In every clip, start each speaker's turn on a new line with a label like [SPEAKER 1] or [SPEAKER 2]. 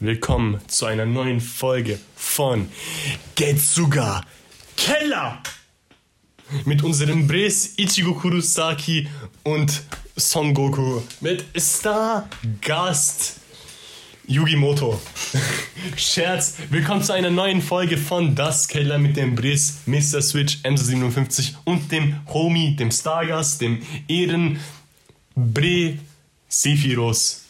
[SPEAKER 1] Willkommen zu einer neuen Folge von Getsuga Keller mit unserem Bres Ichigo Kurosaki und Son Goku mit Stargast Yugimoto. Scherz, willkommen zu einer neuen Folge von Das Keller mit dem Bres, Mr. Switch, MC57 und dem Homie, dem Stargast, dem Ehren Bre Sephiros.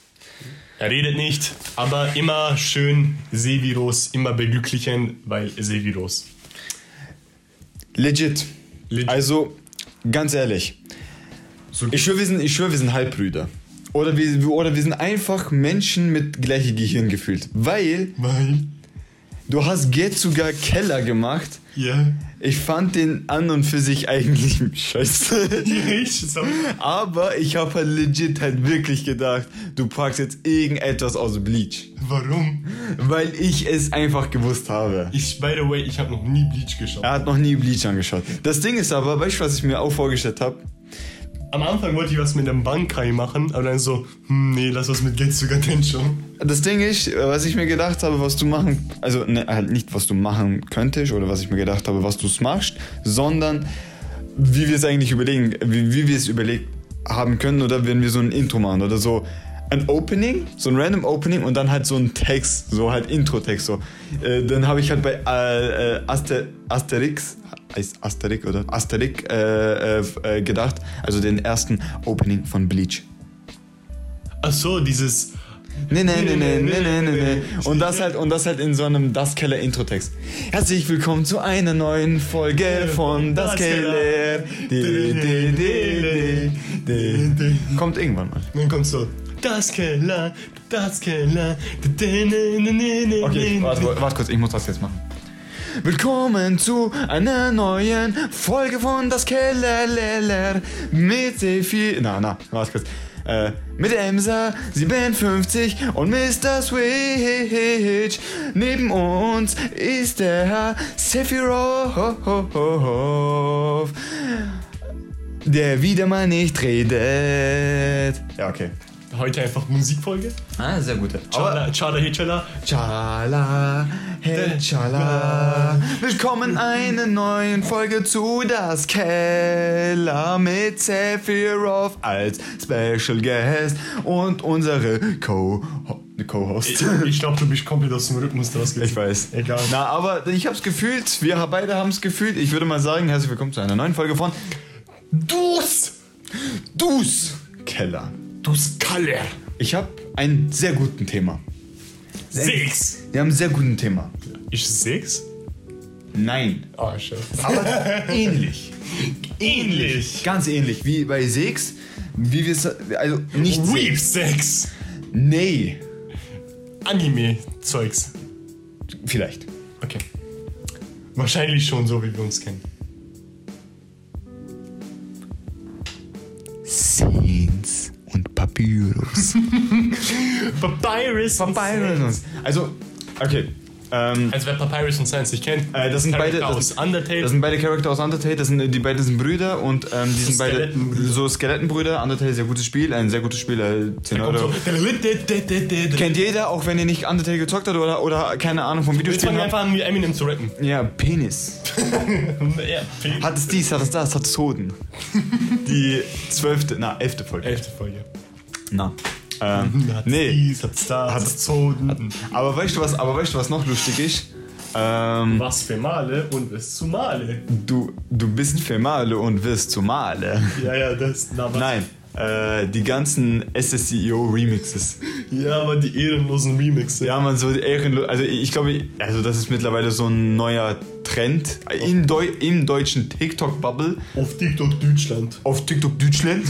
[SPEAKER 1] Er redet nicht, aber immer schön Seviros, immer beglücklichen, weil Seviros.
[SPEAKER 2] Legit.
[SPEAKER 1] Legit.
[SPEAKER 2] Also, ganz ehrlich.
[SPEAKER 1] So-
[SPEAKER 2] ich schwöre, wir, sind- ich schwör, wir sind Halbbrüder. Oder wir, oder wir sind einfach Menschen mit gleichem Gehirn gefühlt. Weil
[SPEAKER 1] Weil,
[SPEAKER 2] du hast Getsuga Keller gemacht.
[SPEAKER 1] ja.
[SPEAKER 2] Ich fand den an und für sich eigentlich scheiße.
[SPEAKER 1] Ich, so.
[SPEAKER 2] Aber ich habe halt legit halt wirklich gedacht, du packst jetzt irgendetwas aus Bleach.
[SPEAKER 1] Warum?
[SPEAKER 2] Weil ich es einfach gewusst habe.
[SPEAKER 1] Ich, by the way, ich habe noch nie Bleach geschaut.
[SPEAKER 2] Er hat noch nie Bleach angeschaut. Das Ding ist aber, weißt du, was ich mir auch vorgestellt habe?
[SPEAKER 1] Am Anfang wollte ich was mit dem Bankai machen, aber dann so, hm, nee, lass was mit Getsuga Tensho.
[SPEAKER 2] Das Ding ist, was ich mir gedacht habe, was du machen, also ne, halt nicht, was du machen könntest oder was ich mir gedacht habe, was du machst, sondern wie wir es eigentlich überlegen, wie, wie wir es überlegt haben können oder wenn wir so ein Intro machen oder so ein Opening, so ein random Opening und dann halt so ein Text, so halt Intro-Text so. Äh, dann habe ich halt bei äh, äh, Aster, Asterix, heißt Asterix oder Asterix äh, äh, f- äh, gedacht, also den ersten Opening von Bleach.
[SPEAKER 1] Ach so, dieses.
[SPEAKER 2] Nee, nee, nee, nee, nee, nee, nee, nee. Und das halt, und das halt in so einem Das Keller Intro-Text. Herzlich willkommen zu einer neuen Folge von Das Keller. Di, di, di, di, di. Kommt irgendwann mal.
[SPEAKER 1] Dann kommt so, das Keller, das Keller.
[SPEAKER 2] Okay,
[SPEAKER 1] Okay,
[SPEAKER 2] warte, warte kurz, ich muss das jetzt machen. Willkommen zu einer neuen Folge von Das Keller mit Sefi. Na, na, warte kurz. Äh, mit Emsa 57 und Mr. Switch. Neben uns ist der Herr Sephiroth, der wieder mal nicht redet. Ja, okay.
[SPEAKER 1] Heute einfach Musikfolge.
[SPEAKER 2] Ah, sehr gut.
[SPEAKER 1] Chada, Chada, Hitchala.
[SPEAKER 2] Tschala, hey tschala. Willkommen einer neuen Folge zu Das Keller mit Sephiroth als Special Guest und unsere Co- Co-Host.
[SPEAKER 1] Ich glaube, du bist komplett aus dem Rhythmus rausgekommen.
[SPEAKER 2] ich weiß.
[SPEAKER 1] Egal.
[SPEAKER 2] Na, aber ich hab's gefühlt, wir beide haben's gefühlt. Ich würde mal sagen, herzlich willkommen zu einer neuen Folge von
[SPEAKER 1] Dus!
[SPEAKER 2] Dus Keller.
[SPEAKER 1] Dus Kaller.
[SPEAKER 2] Ich hab ein sehr guten Thema.
[SPEAKER 1] Sechs.
[SPEAKER 2] Wir haben ein sehr guten Thema.
[SPEAKER 1] Ist sechs?
[SPEAKER 2] Nein,
[SPEAKER 1] Ah, scheiße.
[SPEAKER 2] aber ähnlich.
[SPEAKER 1] Ähnlich.
[SPEAKER 2] Ganz ähnlich wie bei Six. Wie wir es. Also nicht.
[SPEAKER 1] Weep
[SPEAKER 2] Six.
[SPEAKER 1] Sex.
[SPEAKER 2] Nee.
[SPEAKER 1] Anime-Zeugs.
[SPEAKER 2] Vielleicht.
[SPEAKER 1] Okay. Wahrscheinlich schon so, wie wir uns kennen.
[SPEAKER 2] Scenes und Papyrus.
[SPEAKER 1] Papyrus.
[SPEAKER 2] Papyrus. Also, okay. Ähm,
[SPEAKER 1] Also wer Papyrus und Science nicht kennt,
[SPEAKER 2] äh, das sind beide.
[SPEAKER 1] Charakter aus Undertale.
[SPEAKER 2] Das sind beide Charakter aus Undertale. Das sind, äh, die beiden sind Brüder und ähm, die sind beide
[SPEAKER 1] Skelettenbrüder.
[SPEAKER 2] so Skelettenbrüder. Undertale ist ein gutes Spiel, ein sehr gutes Spiel. Äh, 10
[SPEAKER 1] Kommt
[SPEAKER 2] Euro.
[SPEAKER 1] so-
[SPEAKER 2] Kennt jeder, auch wenn ihr nicht Undertale gezockt habt oder, oder keine Ahnung vom
[SPEAKER 1] Jetzt
[SPEAKER 2] Videospiel
[SPEAKER 1] fangen wir
[SPEAKER 2] habt.
[SPEAKER 1] einfach an, wie Eminem zu rappen.
[SPEAKER 2] Ja, Penis.
[SPEAKER 1] ja,
[SPEAKER 2] Hat es dies, hat es das, hat es Hoden. Die zwölfte, na, elfte Folge.
[SPEAKER 1] Elfte Folge.
[SPEAKER 2] Na. Ähm, nee.
[SPEAKER 1] Dies, hat's da, hat's zoden.
[SPEAKER 2] Aber weißt du was, aber weißt du, was noch lustig ist? Ähm,
[SPEAKER 1] Was für Male und bis zu Male.
[SPEAKER 2] du, du bist für Male und wirst zu Male.
[SPEAKER 1] Ja, ja, das. Na, was?
[SPEAKER 2] Nein. Äh, die ganzen SSCEO E Remixes.
[SPEAKER 1] Ja, aber die ehrenlosen Remixe.
[SPEAKER 2] Ja, man, so ehrenlos. Also, ich glaube, also das ist mittlerweile so ein neuer Trend in Deu im deutschen TikTok-Bubble.
[SPEAKER 1] Auf TikTok Deutschland.
[SPEAKER 2] auf TikTok Deutschland.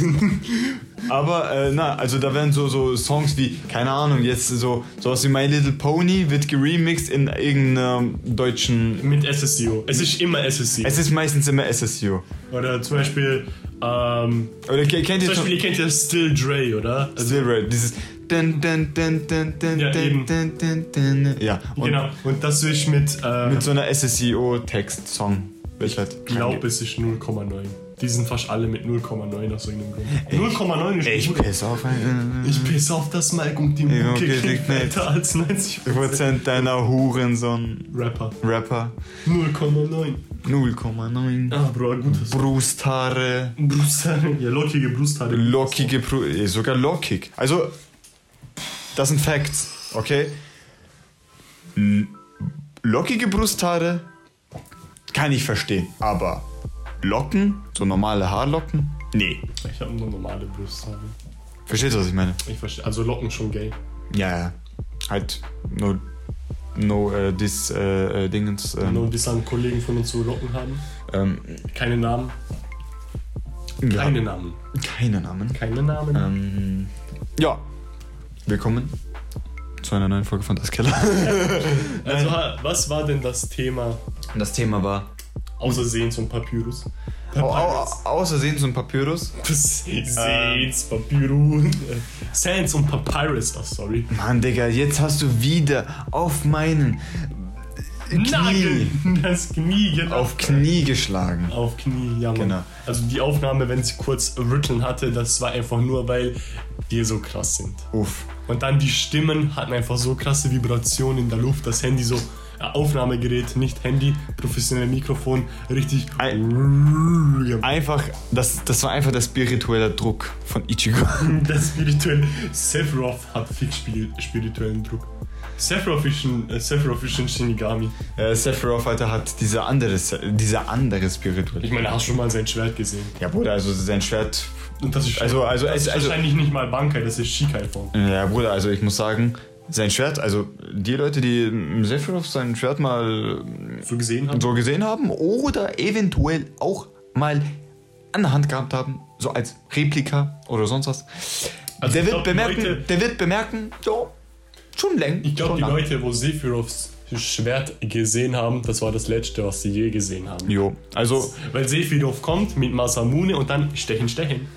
[SPEAKER 2] Aber äh, na, also da werden so, so Songs wie, keine Ahnung, jetzt so sowas wie My Little Pony wird geremixed in irgendeinem deutschen.
[SPEAKER 1] Mit SSCO. Es ist immer SSC.
[SPEAKER 2] Es ist meistens immer SSU.
[SPEAKER 1] Oder zum Beispiel, ähm,
[SPEAKER 2] Oder ke- kennt ihr
[SPEAKER 1] zum
[SPEAKER 2] schon
[SPEAKER 1] Beispiel, ihr kennt ja Still Dre, oder? Also,
[SPEAKER 2] Still Red, dieses. Dun, dun, dun, dun, dun,
[SPEAKER 1] Ja, eben.
[SPEAKER 2] dun, dun, dun, dun. Ja, und
[SPEAKER 1] genau. Und das ist mit, äh,
[SPEAKER 2] mit so einer SSEO-Text-Song. wird halt
[SPEAKER 1] ich glaube, es ist 0,9. Die sind fast alle mit 0,9 aus irgendeinem Grund. 0,9 ist
[SPEAKER 2] Ich
[SPEAKER 1] gut.
[SPEAKER 2] piss auf äh, einen.
[SPEAKER 1] Ich piss auf das Mike und die
[SPEAKER 2] Ja,
[SPEAKER 1] Mucke
[SPEAKER 2] okay,
[SPEAKER 1] klingt
[SPEAKER 2] liegt nicht.
[SPEAKER 1] älter als 90
[SPEAKER 2] Prozent deiner Hurensohn.
[SPEAKER 1] Rapper.
[SPEAKER 2] Rapper.
[SPEAKER 1] 0,9.
[SPEAKER 2] 0,9.
[SPEAKER 1] Ah, Bro, ein gutes.
[SPEAKER 2] Brusthaare.
[SPEAKER 1] Brusthaare. Ja, lockige Brusthaare.
[SPEAKER 2] Lockige Bru eh, Sogar lockig. Also, das sind Facts, okay? L- Lockige Brusthaare kann ich verstehen. Aber Locken, so normale Haarlocken, nee.
[SPEAKER 1] Ich habe nur normale Brusthaare.
[SPEAKER 2] Verstehst du, was ich meine?
[SPEAKER 1] Ich verstehe. Also Locken schon gay.
[SPEAKER 2] Ja, ja. Halt, no, no, äh, this, äh, äh, Dingens, ähm,
[SPEAKER 1] Nur bis an Kollegen von uns so Locken haben.
[SPEAKER 2] ähm,
[SPEAKER 1] Keine Namen.
[SPEAKER 2] wir
[SPEAKER 1] Keine
[SPEAKER 2] haben
[SPEAKER 1] Namen.
[SPEAKER 2] keine Namen.
[SPEAKER 1] Keine Namen.
[SPEAKER 2] Ähm, ja, willkommen zu einer neuen Folge von Das Keller.
[SPEAKER 1] Also, ha, was war denn das Thema
[SPEAKER 2] Das Thema war
[SPEAKER 1] außer Sehens und Papyrus?
[SPEAKER 2] au, au, außersehen zum Papyrus.
[SPEAKER 1] Sehens,
[SPEAKER 2] ähm,
[SPEAKER 1] Papyrus. äh, Sans und Papyrus, ach sorry.
[SPEAKER 2] Mann, Digga, jetzt hast du wieder auf meinen Knie,
[SPEAKER 1] Nagel! Das Knie, genau.
[SPEAKER 2] auf Knie geschlagen.
[SPEAKER 1] Auf Knie, ja, Mann.
[SPEAKER 2] Genau.
[SPEAKER 1] Also die Aufnahme, wenn sie kurz rütteln hatte, das war einfach nur, weil die so krass sind.
[SPEAKER 2] Uff.
[SPEAKER 1] Und dann die Stimmen hatten einfach so krasse Vibrationen in der Luft, das Handy so, äh, Aufnahmegerät, nicht Handy, professionelles Mikrofon, richtig.
[SPEAKER 2] Einfach, das, das war einfach der spirituelle Druck von Ichigo.
[SPEAKER 1] Das spirituelle. Sephiroth hat fix spiri- spirituellen Druck. Sephiroth ist ein, äh, Sephiroth ist ein Shinigami.
[SPEAKER 2] Äh, Sephiroth, Alter, hat diese andere, Se- diese andere
[SPEAKER 1] Ich
[SPEAKER 2] spirituelle.
[SPEAKER 1] meine, hast du schon mal sein Schwert gesehen?
[SPEAKER 2] Ja, Bruder, also sein Schwert.
[SPEAKER 1] Und das ist,
[SPEAKER 2] Also, also,
[SPEAKER 1] das
[SPEAKER 2] also,
[SPEAKER 1] ist
[SPEAKER 2] also
[SPEAKER 1] wahrscheinlich nicht mal Bankai, das ist Shikai-Form.
[SPEAKER 2] Ja, Bruder, also ich muss sagen, sein Schwert, also die Leute, die ähm, Sephiroth sein Schwert mal
[SPEAKER 1] So gesehen
[SPEAKER 2] ähm,
[SPEAKER 1] haben.
[SPEAKER 2] so gesehen haben oder eventuell auch mal an der Hand gehabt haben, so als Replika oder sonst was,
[SPEAKER 1] Also
[SPEAKER 2] der,
[SPEAKER 1] ich
[SPEAKER 2] wird
[SPEAKER 1] glaub, die
[SPEAKER 2] bemerken,
[SPEAKER 1] Leute-
[SPEAKER 2] der wird bemerken, so, schon länger.
[SPEAKER 1] Ich glaube, die Leute, wo Sephiroths Schwert gesehen haben, das war das letzte, was sie je gesehen haben.
[SPEAKER 2] Jo, also
[SPEAKER 1] Weil Sephiroth kommt mit Masamune und dann stechen, stechen.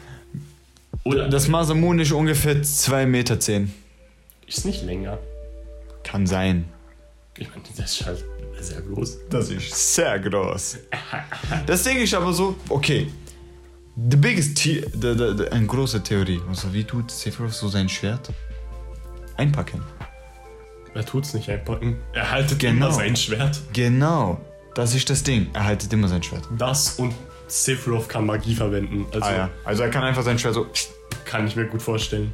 [SPEAKER 1] Oder?
[SPEAKER 2] das Masamune ist ungefähr 2,10 Meter. Zehn.
[SPEAKER 1] ist nicht länger.
[SPEAKER 2] Kann sein.
[SPEAKER 1] Ich meine, das ist halt sehr groß.
[SPEAKER 2] Das ist sehr groß. Das Ding ist aber so, okay. The biggest the, the, the, eine große Theorie. Also wie tut Sephiroth so sein Schwert einpacken?
[SPEAKER 1] Er tut's nicht einpacken. Er haltet
[SPEAKER 2] Genau.
[SPEAKER 1] immer sein Schwert.
[SPEAKER 2] Genau, das ist das Ding. Er haltet immer sein Schwert.
[SPEAKER 1] Das und Sephiroth kann Magie verwenden. Also
[SPEAKER 2] Also er kann einfach sein Schwert so.
[SPEAKER 1] kann ich mir gut vorstellen.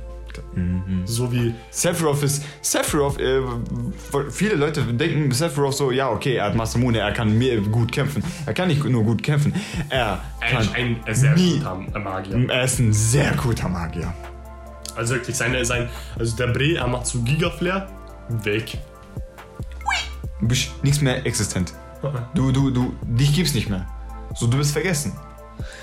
[SPEAKER 2] Mhm.
[SPEAKER 1] So wie
[SPEAKER 2] Sephiroth ist. Sephiroth, äh, viele Leute denken Sephiroth so, ja, okay, er hat Masamune, er kann mir gut kämpfen. Er kann nicht nur gut kämpfen. Er
[SPEAKER 1] er
[SPEAKER 2] kann.
[SPEAKER 1] ist ein sehr
[SPEAKER 2] nie- Mhm.
[SPEAKER 1] guter Magier.
[SPEAKER 2] Er ist ein sehr guter Magier.
[SPEAKER 1] Also wirklich, seine, sein, also der Bre, er macht zu Gigaflair, weg.
[SPEAKER 2] bist nichts mehr existent. Du, du, du, dich gibt's nicht mehr. So, du bist vergessen.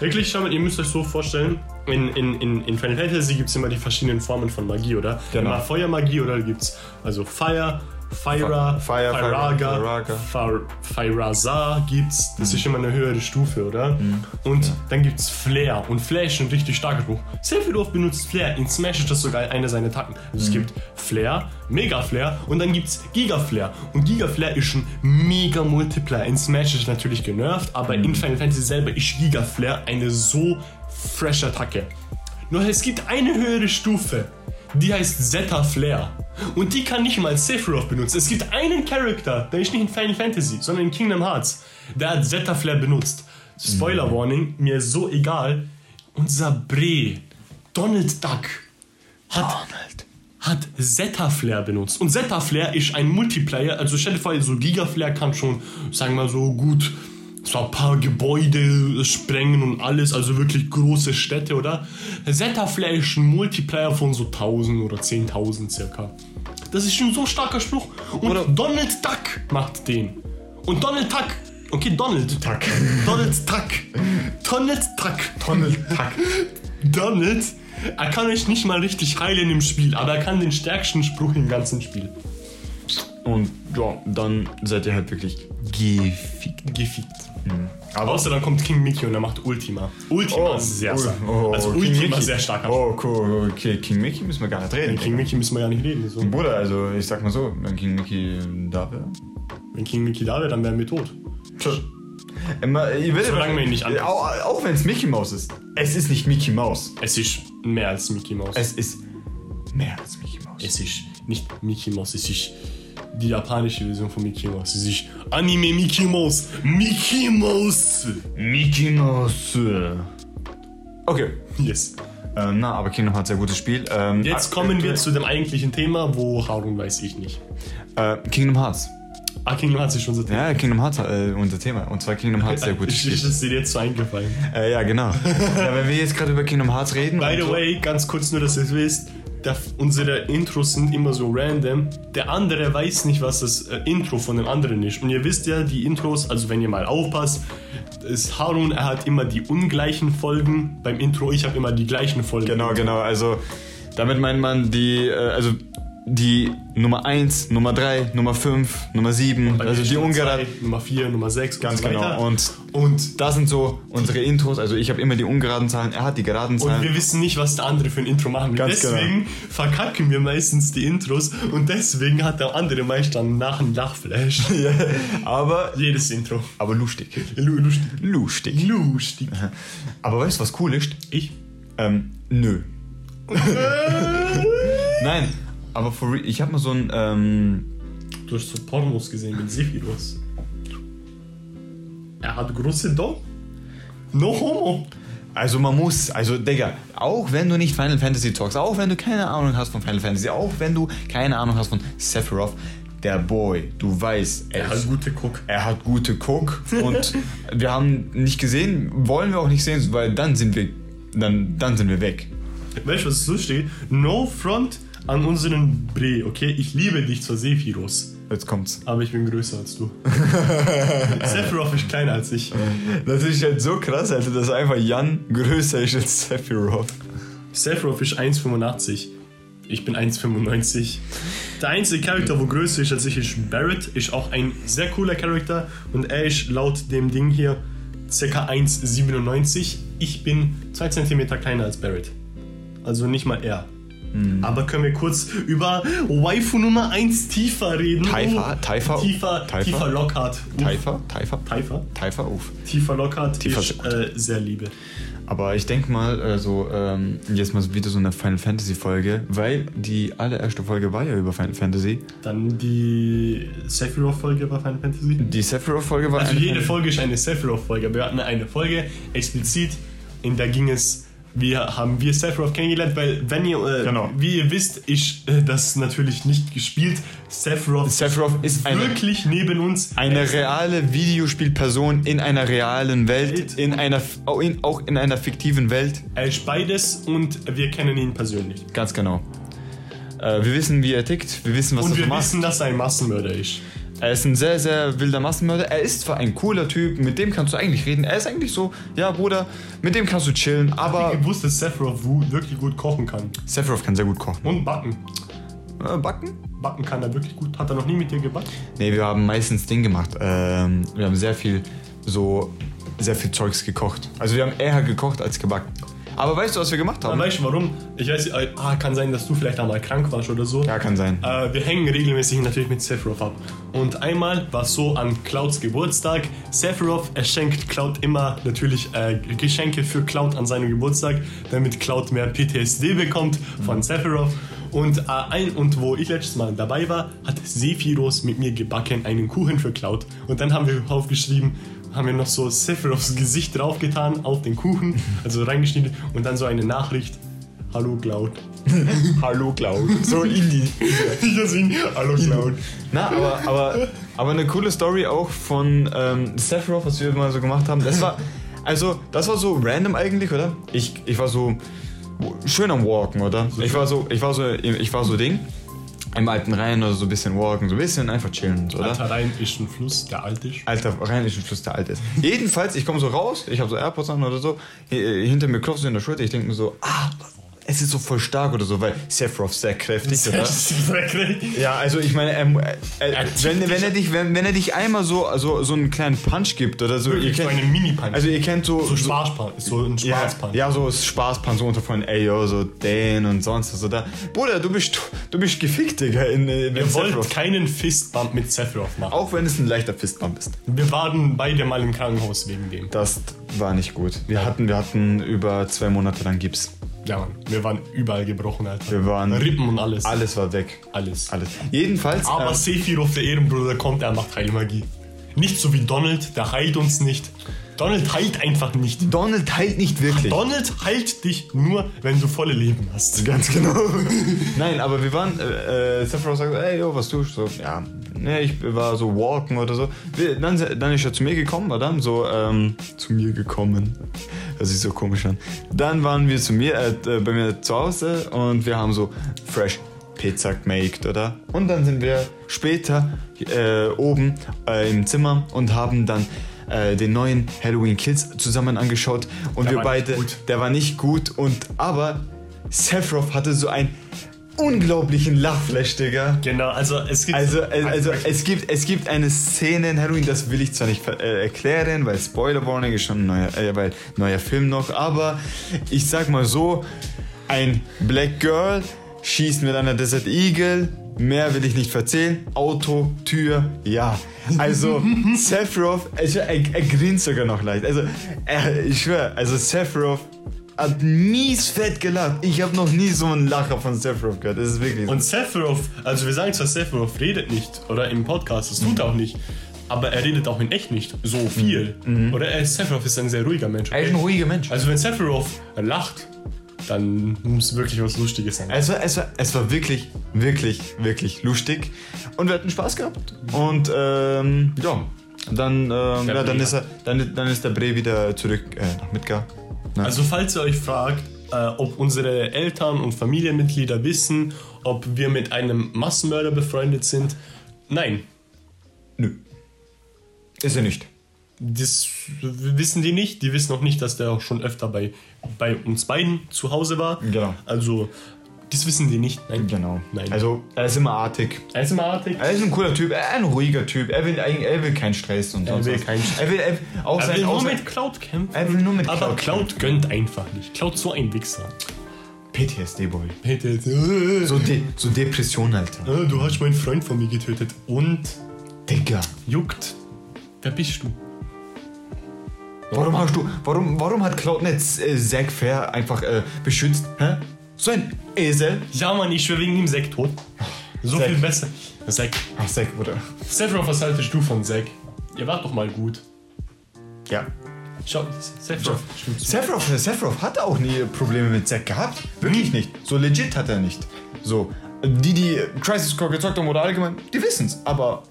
[SPEAKER 1] Wirklich, schau mal, ihr müsst euch so vorstellen, in, in, in, in Final Fantasy gibt es immer die verschiedenen Formen von Magie, oder?
[SPEAKER 2] Genau.
[SPEAKER 1] Immer Feuermagie oder gibt's also Fire, Fyra,
[SPEAKER 2] Fire,
[SPEAKER 1] Fyraga,
[SPEAKER 2] Fyraga.
[SPEAKER 1] Fyr- Fyraza gibt's. Das ist immer eine höhere Stufe, oder? Und dann gibt's Flair. Und Flair ist ein richtig starker Spruch. Sephiroth benutzt Flair. In Smash ist das sogar einer seiner Attacken. Also es gibt Flair, Mega Flair und dann gibt's Giga Flair. Und Giga Flair ist ein mega Multiplier. In Smash ist es natürlich genervt, aber in Final Fantasy selber ist Giga Flair eine so fresh Attacke. Nur es gibt eine höhere Stufe, die heißt Zeta Flare. Und die kann nicht mal Sephiroth benutzen. Es gibt einen Charakter, der ist nicht in Final Fantasy, sondern in Kingdom Hearts, der hat Zeta Flare benutzt. Spoiler Warning, mir so egal. Unser Bre, Donald Duck,
[SPEAKER 2] Oh,
[SPEAKER 1] hat, hat Zeta Flare benutzt. Und Zeta Flare ist ein Multiplayer, also stell dir vor, so Giga Flare kann schon, sagen wir mal so, gut, so ein paar Gebäude sprengen und alles, also wirklich große Städte, oder? Zeta Flare ist ein Multiplayer von so 1000 oder 10.000 circa. Das ist schon so starker Spruch. Und Donald Duck macht den. Und Donald Duck, okay, Donald Duck. Donald Duck. Donald Duck. Donald Duck. Donald, er kann euch nicht mal richtig heilen im Spiel, aber er kann den stärksten Spruch im ganzen Spiel.
[SPEAKER 2] Und ja, dann seid ihr halt wirklich gefickt. Mhm.
[SPEAKER 1] Gefickt. Aber Außer dann kommt King Mickey und er macht Ultima. Ultima ist sehr stark. also Ultima ist sehr stark. aber
[SPEAKER 2] Oh, cool. Okay, King Mickey müssen wir gar nicht reden.
[SPEAKER 1] King Mickey müssen wir gar nicht reden. So.
[SPEAKER 2] Bruder, also ich sag mal so, wenn King Mickey da wäre.
[SPEAKER 1] Wenn King Mickey da wäre, dann wären wir tot.
[SPEAKER 2] Immer, ihr werdet-
[SPEAKER 1] Solange man ihn nicht anpasst.
[SPEAKER 2] Auch, auch wenn es Mickey Mouse ist. Es ist nicht Mickey Mouse.
[SPEAKER 1] Es ist mehr als Mickey Mouse.
[SPEAKER 2] Es ist mehr als Mickey Mouse.
[SPEAKER 1] Es ist nicht Mickey Mouse, es ist die japanische Version von Mickey Mouse. Es ist Anime Mickey Mouse. Mickey Mouse!
[SPEAKER 2] Mickey Mouse. Okay.
[SPEAKER 1] Yes.
[SPEAKER 2] Ähm, na, aber Kingdom Hearts, sehr gutes Spiel. Ähm,
[SPEAKER 1] Jetzt
[SPEAKER 2] ak-
[SPEAKER 1] kommen wir
[SPEAKER 2] aktuell-
[SPEAKER 1] zu dem eigentlichen Thema, wo Harun weiß ich nicht.
[SPEAKER 2] Äh, Kingdom Hearts.
[SPEAKER 1] Ah, Kingdom Hearts ist unser Thema.
[SPEAKER 2] Ja, Kingdom Hearts äh, unser Thema. Und zwar Kingdom Hearts, sehr gutes
[SPEAKER 1] ich, ich,
[SPEAKER 2] Spiel.
[SPEAKER 1] ist dir jetzt so eingefallen.
[SPEAKER 2] Äh, ja, genau. ja, wenn wir jetzt gerade über Kingdom Hearts reden.
[SPEAKER 1] By the
[SPEAKER 2] und-
[SPEAKER 1] way, ganz kurz nur, dass ihr es wisst, der, unsere Intros sind immer so random. Der andere weiß nicht, was das äh, Intro von dem anderen ist. Und ihr wisst ja, die Intros, also wenn ihr mal aufpasst, ist Harun, er hat immer die ungleichen Folgen beim Intro, ich habe immer die gleichen Folgen.
[SPEAKER 2] Genau, genau. Also damit meint man die, äh, also die Nummer 1, Nummer 3, Nummer 5, Nummer 7,
[SPEAKER 1] Bei
[SPEAKER 2] also die
[SPEAKER 1] Nummer
[SPEAKER 2] Ungerade.
[SPEAKER 1] zwei, Nummer 4, Nummer 6,
[SPEAKER 2] Ganz
[SPEAKER 1] und so weiter.
[SPEAKER 2] genau. Und
[SPEAKER 1] und,
[SPEAKER 2] das sind so unsere Intros. Also ich habe immer die ungeraden Zahlen, er hat die geraden
[SPEAKER 1] und wir
[SPEAKER 2] Zahlen.
[SPEAKER 1] wissen nicht, was der andere für ein Intro machen will.
[SPEAKER 2] Ganz genau.
[SPEAKER 1] deswegen verkacken wir meistens die Intros und deswegen hat der andere meist dann nach einem Lachflash.
[SPEAKER 2] aber,
[SPEAKER 1] Jedes Intro.
[SPEAKER 2] aber lustig.
[SPEAKER 1] Lu- Lustig.
[SPEAKER 2] Lustig.
[SPEAKER 1] Lustig.
[SPEAKER 2] Aber weißt du, was cool ist?
[SPEAKER 1] Ich?
[SPEAKER 2] Ähm, nö. Nein, aber for real, ich habe mal so ein, ähm,
[SPEAKER 1] Du hast so Pornos gesehen mit Sephiros. Er hat große Do. No homo.
[SPEAKER 2] also man muss, also Digga, auch wenn du nicht Final Fantasy talks, auch wenn du keine Ahnung hast von Final Fantasy, auch wenn du keine Ahnung hast von Sephiroth, der Boy, du weißt,
[SPEAKER 1] Er hat gute Cook.
[SPEAKER 2] er hat gute Cook und wir haben nicht gesehen, wollen wir auch nicht sehen, weil dann sind wir, dann, dann sind wir weg.
[SPEAKER 1] Weißt du, was ist lustig? No front an unseren Bre, okay? Ich liebe dich zwar Sephiros,
[SPEAKER 2] Jetzt kommt's.
[SPEAKER 1] aber ich bin größer als du. Sephiroth ist kleiner als ich.
[SPEAKER 2] Das ist halt so krass, Alter, dass einfach Jan größer ist als Sephiroth.
[SPEAKER 1] Sephiroth ist 1,85. Ich bin 1,95. Der einzige Charakter, wo größer ist als ich, ist Barrett. Ist auch ein sehr cooler Charakter. Und er ist laut dem Ding hier ca. 1,97. Ich bin 2 cm kleiner als Barrett. Also nicht mal er.
[SPEAKER 2] Hm.
[SPEAKER 1] Aber können wir kurz über Waifu Nummer 1 Tifa reden?
[SPEAKER 2] Taifa?
[SPEAKER 1] Oh,
[SPEAKER 2] Taifa?
[SPEAKER 1] Tifa,
[SPEAKER 2] Taifa?
[SPEAKER 1] Tifa Lockhart. Uff,
[SPEAKER 2] Taifa? Taifa?
[SPEAKER 1] Taifa?
[SPEAKER 2] Taifa, uff.
[SPEAKER 1] Tifa Lockhart
[SPEAKER 2] Tifa ist
[SPEAKER 1] ist äh, sehr liebe.
[SPEAKER 2] Aber ich denke mal, also ähm, jetzt mal wieder so eine Final Fantasy Folge, weil die allererste Folge war ja über Final Fantasy.
[SPEAKER 1] Dann die Sephiroth-Folge bei Final Fantasy.
[SPEAKER 2] Die Sephiroth Folge war
[SPEAKER 1] Also
[SPEAKER 2] eine-
[SPEAKER 1] jede Folge ist eine Sephiroth-Folge. Wir hatten eine Folge explizit, in der ging es, wir haben wir Sephiroth kennengelernt, weil wenn ihr, äh,
[SPEAKER 2] Genau.
[SPEAKER 1] wie ihr wisst, ist äh, das natürlich nicht gespielt. Sephiroth
[SPEAKER 2] Sephiroth ist eine
[SPEAKER 1] wirklich neben uns.
[SPEAKER 2] eine reale Videospielperson in einer realen Welt,
[SPEAKER 1] Welt.
[SPEAKER 2] in einer auch in, auch in einer fiktiven Welt.
[SPEAKER 1] Er ist beides und wir kennen ihn persönlich.
[SPEAKER 2] Ganz genau. Äh, wir wissen, wie er tickt, wir wissen, was
[SPEAKER 1] Und
[SPEAKER 2] er so
[SPEAKER 1] wir
[SPEAKER 2] macht.
[SPEAKER 1] wissen, dass er ein Massenmörder ist.
[SPEAKER 2] Er ist ein sehr, sehr wilder Massenmörder. Er ist zwar ein cooler Typ, mit dem kannst du eigentlich reden. Er ist eigentlich so, ja Bruder, mit dem kannst du chillen,
[SPEAKER 1] Ich
[SPEAKER 2] aber
[SPEAKER 1] wusste, dass Sephiroth wu- wirklich gut kochen kann.
[SPEAKER 2] Sephiroth kann sehr gut kochen.
[SPEAKER 1] Und backen.
[SPEAKER 2] Äh, backen?
[SPEAKER 1] Backen kann er wirklich gut. Hat er noch nie mit dir gebacken?
[SPEAKER 2] Nee, wir haben meistens Ding gemacht. Ähm, wir haben sehr viel so sehr viel Zeugs gekocht. Also wir haben eher gekocht als gebacken. Aber weißt du, was wir gemacht
[SPEAKER 1] Aber
[SPEAKER 2] haben?
[SPEAKER 1] weißt du warum? Ich weiß, äh, ah, kann sein, dass du vielleicht einmal krank warst oder so.
[SPEAKER 2] Ja, kann sein.
[SPEAKER 1] Äh, wir hängen regelmäßig natürlich mit Sephiroth ab. Und einmal war es so an Clouds Geburtstag. Sephiroth, er schenkt Cloud immer natürlich äh, Geschenke für Cloud an seinem Geburtstag, damit Cloud mehr PTSD bekommt von Sephiroth. Und, äh, ein, und wo ich letztes Mal dabei war, hat Sephiroth mit mir gebacken einen Kuchen für Cloud. Und dann haben wir aufgeschrieben, haben wir noch so Sephiroths Gesicht draufgetan auf den Kuchen, also reingeschnitten und dann so eine Nachricht. Hallo Cloud.
[SPEAKER 2] Hallo Cloud. So Indie.
[SPEAKER 1] Ich hab ihn. Hallo Cloud.
[SPEAKER 2] Na, aber, aber, aber eine coole Story auch von ähm, Sephiroth, was wir mal so gemacht haben. Das war, also, das war so random eigentlich, oder? Ich, ich war so schön am Walken, oder? Ich war so, ich war so, ich war so Ding. Im alten Rhein oder so ein bisschen walken, so ein bisschen einfach chillen, so, oder?
[SPEAKER 1] Alter Rhein ist ein Fluss, der alt ist.
[SPEAKER 2] Alter, rheinischen Fluss, der alt ist. Jedenfalls, ich komme so raus, ich habe so AirPods an oder so, hi- äh, hinter mir klopfst du in der Schulter, ich denke mir so, ah, es ist so voll stark oder so, weil Sephiroth sehr kräftig, oder?
[SPEAKER 1] Dreckig.
[SPEAKER 2] Ja, also ich meine, er, er, er, wenn, wenn, er dich, wenn, wenn er dich einmal so, also so einen kleinen Punch gibt oder so,
[SPEAKER 1] Wirklich, so einen Mini-Punch.
[SPEAKER 2] Also ihr kennt so,
[SPEAKER 1] So Spaßpan, so ein
[SPEAKER 2] ja,
[SPEAKER 1] Spaßpan.
[SPEAKER 2] ja, so ist Spaßpan, so unter von ey, yo, so Dan und sonst was oder. Bruder, du bist du bist gefickt, Digga, in, äh, wenn
[SPEAKER 1] Wir wollten
[SPEAKER 2] Sephiroth-
[SPEAKER 1] keinen Fistbump mit Sephiroth machen.
[SPEAKER 2] Auch wenn es ein leichter Fistbump ist.
[SPEAKER 1] Wir waren beide mal im Krankenhaus wegen dem.
[SPEAKER 2] Das war nicht gut. Wir hatten, wir hatten über zwei Monate lang Gips.
[SPEAKER 1] Ja, Mann. Wir waren überall gebrochen, Alter.
[SPEAKER 2] Wir waren-
[SPEAKER 1] Rippen und alles.
[SPEAKER 2] Alles war weg.
[SPEAKER 1] Alles.
[SPEAKER 2] Alles. Jedenfalls.
[SPEAKER 1] Aber
[SPEAKER 2] ähm,
[SPEAKER 1] Sephiroth, der Ehrenbruder, kommt, er macht Heilmagie. Nicht so wie Donald, der heilt uns nicht. Donald heilt einfach nicht.
[SPEAKER 2] Donald heilt nicht wirklich.
[SPEAKER 1] Donald heilt dich nur, wenn du volle Leben hast.
[SPEAKER 2] Ganz genau. Nein, aber wir waren, äh, äh, Sephiroth sagt, ey, yo, was tust du? So, ja, ne, ich war so walken oder so. Wir, dann, dann ist er zu mir gekommen, war dann so, ähm, zu mir gekommen. Das sieht so komisch an. Dann waren wir zu mir, äh, äh, bei mir zu Hause und wir haben so fresh Pizza gemacht, oder? Und dann sind wir später äh, oben äh, im Zimmer und haben dann äh, den neuen Halloween Kids zusammen angeschaut und
[SPEAKER 1] Der
[SPEAKER 2] wir
[SPEAKER 1] war nicht
[SPEAKER 2] beide,
[SPEAKER 1] gut.
[SPEAKER 2] der war nicht gut und aber Sephiroth hatte so einen unglaublichen Lachflash, Digga.
[SPEAKER 1] Genau, also es gibt.
[SPEAKER 2] Also, äh, also es, gibt, es gibt eine Szene in Halloween, das will ich zwar nicht ver- äh, erklären, weil Spoiler Warning ist schon ein neuer, äh, weil neuer Film noch, aber ich sag mal so, ein Black Girl schießt mit einer Desert Eagle, mehr will ich nicht erzählen, Auto, Tür, ja. Also Sephiroth, also, er, er grinst sogar noch leicht, also er, ich schwör, also Sephiroth hat mies fett gelacht. Ich habe noch nie so einen Lacher von Sephiroth gehört. Das ist wirklich so.
[SPEAKER 1] Und Sephiroth, also wir sagen zwar, Sephiroth redet nicht oder im Podcast, das tut er auch nicht, aber er redet auch in echt nicht so viel. Oder er, Sephiroth ist ein sehr ruhiger Mensch.
[SPEAKER 2] Mhm. Er ist ein ruhiger Mensch.
[SPEAKER 1] Also wenn Sephiroth lacht, dann muss wirklich was Lustiges sein.
[SPEAKER 2] Es war, es, war, Also, es war wirklich, wirklich, wirklich lustig. Und wir hatten Spaß gehabt. Und ähm, ja, dann, ähm, ja, dann,
[SPEAKER 1] Bre.
[SPEAKER 2] ist er, dann, dann ist der Bre wieder zurück äh, nach Midgar. Ne?
[SPEAKER 1] Also falls ihr euch fragt, äh, ob unsere Eltern und Familienmitglieder wissen, ob wir mit einem Massenmörder befreundet sind, nein,
[SPEAKER 2] nö. Ist er nicht.
[SPEAKER 1] das wissen die nicht. Die wissen auch nicht, dass der auch schon öfter bei, bei uns beiden zu Hause war.
[SPEAKER 2] Genau.
[SPEAKER 1] Also, das wissen die nicht. Nein.
[SPEAKER 2] Genau.
[SPEAKER 1] Nein.
[SPEAKER 2] Also, er ist immer artig.
[SPEAKER 1] er ist immer artig.
[SPEAKER 2] Er ist ein cooler Typ, er ist ein ruhiger Typ. Er will, eigentlich- er will keinen Stress und sonst
[SPEAKER 1] will
[SPEAKER 2] was.
[SPEAKER 1] keinen Stress.
[SPEAKER 2] Er will, er will auch
[SPEAKER 1] Er
[SPEAKER 2] sein.
[SPEAKER 1] will
[SPEAKER 2] auch
[SPEAKER 1] nur
[SPEAKER 2] sein
[SPEAKER 1] mit Cloud kämpfen.
[SPEAKER 2] Er will nur mit
[SPEAKER 1] aber
[SPEAKER 2] Cloud
[SPEAKER 1] Cloud gönnt einfach nicht. Cloud so ein Wichser.
[SPEAKER 2] PTSD-Boy.
[SPEAKER 1] Bitte.
[SPEAKER 2] So, De so Depression, Alter.
[SPEAKER 1] Äh, Du hast meinen Freund von mir getötet und
[SPEAKER 2] Digga.
[SPEAKER 1] juckt. Wer bist du?
[SPEAKER 2] Warum hast du, warum, warum hat Cloud nicht äh, Zack Fair einfach äh, beschützt? Hä? So ein Esel?
[SPEAKER 1] Ja, Mann, ich schwör wegen ihm Zack tot. So
[SPEAKER 2] Zack.
[SPEAKER 1] viel besser. Zack.
[SPEAKER 2] Ach, Zack, Bruder.
[SPEAKER 1] Sephiroth, was haltest du von Zack? Ihr wart doch mal gut.
[SPEAKER 2] Ja.
[SPEAKER 1] Schau, Sephiroth, stimmt zu.
[SPEAKER 2] Sephiroth, äh, Sephiroth hatte auch nie Probleme mit Zack gehabt. Wirklich nicht. So legit hat er nicht. So, äh, die, die Crisis Core gezockt haben oder allgemein, die wissen's. Aber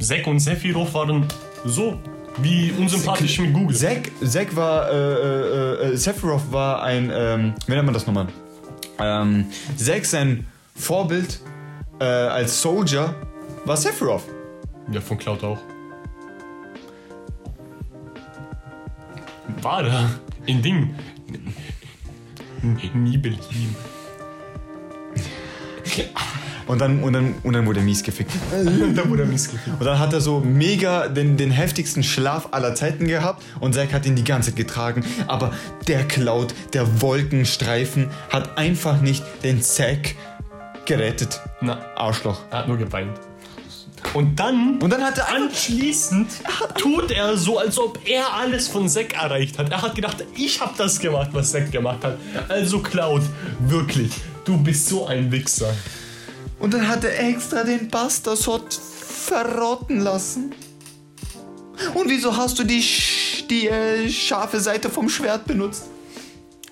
[SPEAKER 1] Zack und Sephiroth waren so wie unsympathisch mit Google.
[SPEAKER 2] Zack, Zack war, äh, äh, äh, Sephiroth war ein, ähm, wie nennt man das nochmal? Ähm, Zack sein Vorbild äh, als Soldier war Sephiroth.
[SPEAKER 1] Ja, von Cloud auch. War da. In Ding. Nibelheim.
[SPEAKER 2] Und dann, und dann, und dann wurde er mies gefickt.
[SPEAKER 1] da wurde er missgegeben.
[SPEAKER 2] Und dann hat er so mega den, den heftigsten Schlaf aller Zeiten gehabt und Zack hat ihn die ganze Zeit getragen. Aber der Cloud, der Wolkenstreifen, hat einfach nicht den Zack gerettet.
[SPEAKER 1] Na,
[SPEAKER 2] Arschloch.
[SPEAKER 1] er hat nur geweint. Und dann,
[SPEAKER 2] Und dann hat er einfach,
[SPEAKER 1] anschließend, tut er so, als ob er alles von Zack erreicht hat. Er hat gedacht, ich hab das gemacht, was Zack gemacht hat. Also Cloud, wirklich, du bist so ein Wichser.
[SPEAKER 2] und dann hat er extra den Bastasot verrotten lassen. Und wieso hast du die, sch- die äh, scharfe Seite vom Schwert benutzt?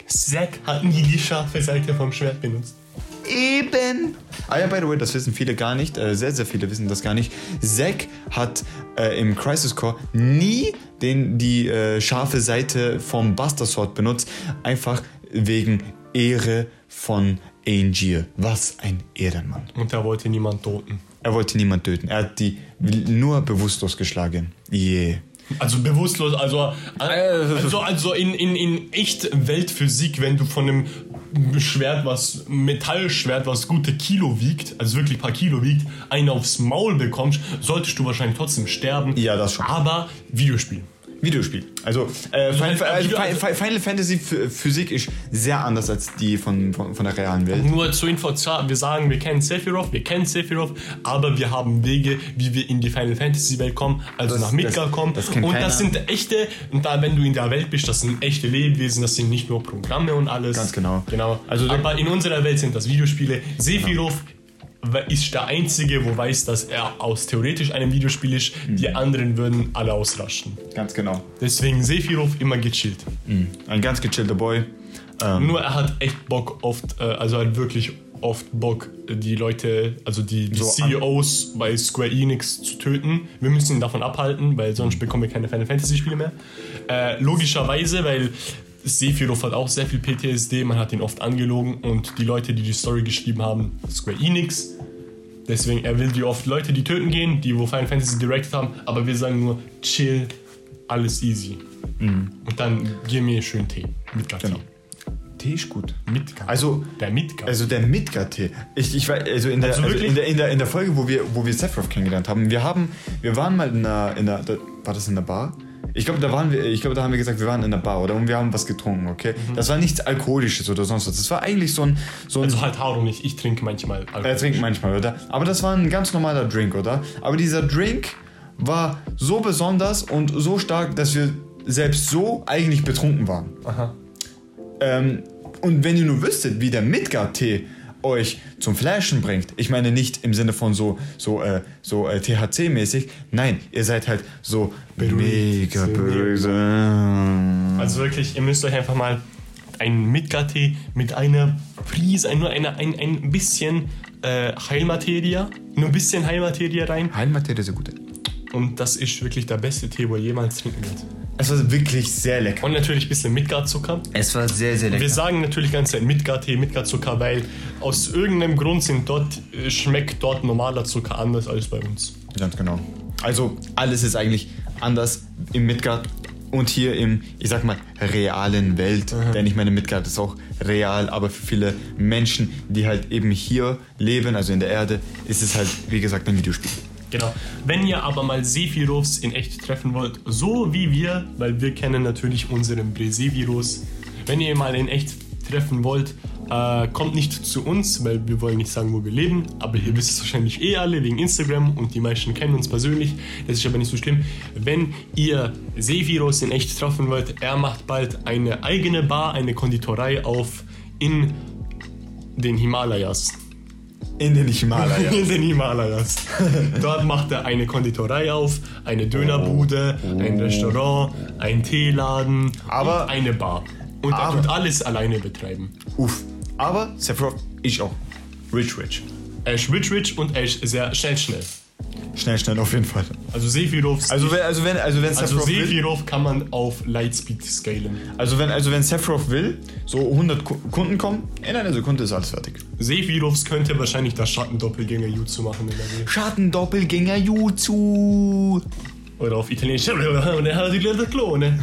[SPEAKER 1] Zack hat nie die scharfe Seite vom Schwert benutzt.
[SPEAKER 2] Eben. Ah ja, by the way, das wissen viele gar nicht. Äh, sehr, sehr viele wissen das gar nicht. Zack hat äh, im Crisis Core nie den, die äh, scharfe Seite vom Buster Sword benutzt. Einfach wegen Ehre von Angier. Was ein Ehrenmann.
[SPEAKER 1] Und er wollte niemand toten.
[SPEAKER 2] Er wollte niemanden töten. Er hat die nur bewusstlos geschlagen. Yeah.
[SPEAKER 1] Also
[SPEAKER 2] Äh,
[SPEAKER 1] äh, bewusstlos, also, also, also in, in, in echt Weltphysik, wenn du von einem ein Schwert, was Metallschwert, was gute Kilo wiegt, also wirklich ein paar Kilo wiegt, einen aufs Maul bekommst, solltest du wahrscheinlich trotzdem sterben.
[SPEAKER 2] Ja, das schon.
[SPEAKER 1] Aber Videospiel.
[SPEAKER 2] Videospiel. Also, äh, Final,
[SPEAKER 1] äh,
[SPEAKER 2] also
[SPEAKER 1] Video-
[SPEAKER 2] Fi- Fi- Final Fantasy F- äh, Physik ist sehr anders als die von, von, von der realen Welt.
[SPEAKER 1] Nur zur Info, zwar, wir sagen, wir kennen Sephiroth, wir kennen Sephiroth, aber wir haben Wege, wie wir in die Final Fantasy Welt kommen, also
[SPEAKER 2] Das-
[SPEAKER 1] nach Midgar
[SPEAKER 2] das-
[SPEAKER 1] kommen.
[SPEAKER 2] das kennt
[SPEAKER 1] und
[SPEAKER 2] keiner.
[SPEAKER 1] das sind echte, und da, wenn du in der Welt bist, das sind echte Lebewesen, das sind nicht nur Programme und alles.
[SPEAKER 2] Ganz genau.
[SPEAKER 1] Genau.
[SPEAKER 2] Also
[SPEAKER 1] Also
[SPEAKER 2] da-
[SPEAKER 1] aber in unserer Welt sind das Videospiele. Sephiroth we- ist der Einzige, wo weiß, dass er aus theoretisch einem Videospiel ist.
[SPEAKER 2] Mhm.
[SPEAKER 1] Die anderen würden alle ausraschen.
[SPEAKER 2] Ganz genau.
[SPEAKER 1] Deswegen Sephiroth immer gechillt.
[SPEAKER 2] Ein ganz gechillter Boy. Ähm,
[SPEAKER 1] Nur er hat echt Bock oft, äh, also er hat wirklich oft Bock, die Leute, also die, die
[SPEAKER 2] So an-
[SPEAKER 1] CEOs bei Square Enix zu töten. Wir müssen ihn davon abhalten, weil
[SPEAKER 2] Mhm.
[SPEAKER 1] sonst bekommen wir keine Final Fantasy Spiele mehr. Äh, logischerweise, weil Sephiroth hat auch sehr viel PTSD, man hat ihn oft angelogen und die Leute, die die Story geschrieben haben, Square Enix. Deswegen, er will die oft Leute, die töten gehen, die wo Final Fantasy directed haben, aber wir sagen nur chill, alles easy. Und dann gib mir schön Tee. Mit Kaffee.
[SPEAKER 2] Mhm. Genau. Tee ist gut.
[SPEAKER 1] Midgard.
[SPEAKER 2] Also-
[SPEAKER 1] der Midgard.
[SPEAKER 2] Also der Midgard-Tee. Ich, ich war, also in der,
[SPEAKER 1] Also
[SPEAKER 2] also
[SPEAKER 1] wirklich?
[SPEAKER 2] in, der, in, der, in der Folge, wo wir, wo wir Sephiroth kennengelernt haben, wir haben, wir waren mal in einer, in einer da, war das in der Bar? Ich glaube, da waren wir, ich glaube, da haben wir gesagt, wir waren in der Bar, oder? Und wir haben was getrunken, okay? Das war nichts Alkoholisches oder sonst was. Das war eigentlich so ein, so ein
[SPEAKER 1] Mhm. also halt Haro nicht. Ich trinke manchmal Alkohol.
[SPEAKER 2] Er trinkt Äh, manchmal, oder? Aber das war ein ganz normaler Drink, oder? Aber dieser Drink war so besonders und so stark, dass wir selbst so eigentlich betrunken waren.
[SPEAKER 1] Aha.
[SPEAKER 2] Ähm, und wenn ihr nur wüsstet, wie der Midgard-Tee euch zum Flashen bringt, ich meine nicht im Sinne von so, so, äh, so äh, THC-mäßig, nein, ihr seid halt so
[SPEAKER 1] Beruhigt.
[SPEAKER 2] mega böse.
[SPEAKER 1] Also wirklich, ihr müsst euch einfach mal einen Midgard-Tee mit einer Prise, ein- nur einer, ein, ein bisschen äh, Heilmaterie, nur ein bisschen Heilmaterie rein.
[SPEAKER 2] Heilmaterie ist gut.
[SPEAKER 1] Und das ist wirklich der beste Tee, wo ihr jemals trinken wird.
[SPEAKER 2] Es war wirklich sehr lecker.
[SPEAKER 1] Und natürlich ein bisschen Midgard-Zucker.
[SPEAKER 2] Es war sehr, sehr
[SPEAKER 1] Wir sagen natürlich ganz Zeit Midgard-Tee, Midgard-Zucker, weil aus irgendeinem Grund sind dort, äh, schmeckt dort normaler Zucker anders als bei uns.
[SPEAKER 2] Ganz genau. Also alles ist eigentlich anders im Midgard und hier im, ich sag mal, realen Welt. Denn ich meine, Midgard ist auch real, aber für viele Menschen, die halt eben hier leben, also in der Erde, ist es halt, wie gesagt, ein Videospiel.
[SPEAKER 1] Genau. Wenn ihr aber mal Sephiroths in echt treffen wollt, so wie wir, weil wir kennen natürlich unseren Bresevirus, wenn ihr ihn mal in echt treffen wollt, äh, kommt nicht zu uns, weil wir wollen nicht sagen, wo wir leben, aber ihr wisst es wahrscheinlich eh alle wegen Instagram und die meisten kennen uns persönlich, das ist aber nicht so schlimm. Wenn ihr Sephiroths in echt treffen wollt, er macht bald eine eigene Bar, eine Konditorei auf in den Himalayas.
[SPEAKER 2] In den Himalaya.
[SPEAKER 1] In den Himalayas. Dort macht er eine Konditorei auf, eine Dönerbude, ein Restaurant, einen Teeladen,
[SPEAKER 2] Aber-
[SPEAKER 1] und eine Bar. Und er
[SPEAKER 2] aber-
[SPEAKER 1] tut alles alleine betreiben.
[SPEAKER 2] Uff. Aber Sephiroth, ich auch. Rich, rich.
[SPEAKER 1] Er ist rich, rich und er ist sehr schnell, schnell.
[SPEAKER 2] Schnell, schnell, auf jeden Fall.
[SPEAKER 1] Also Sephiroth,
[SPEAKER 2] Also wenn, also wenn, also wenn
[SPEAKER 1] also
[SPEAKER 2] Sephiroth will,
[SPEAKER 1] Sephiroth kann man auf Lightspeed scalen.
[SPEAKER 2] also wenn, also wenn Sephiroth will, so 100 Ku- Kunden kommen, in einer Sekunde ist alles fertig.
[SPEAKER 1] Sephiroth könnte wahrscheinlich das Schattendoppelgänger Jutsu machen in der Welt.
[SPEAKER 2] Schattendoppelgänger Jutsu.
[SPEAKER 1] Oder auf Italienisch. Und er hat die ne? letzte Klone.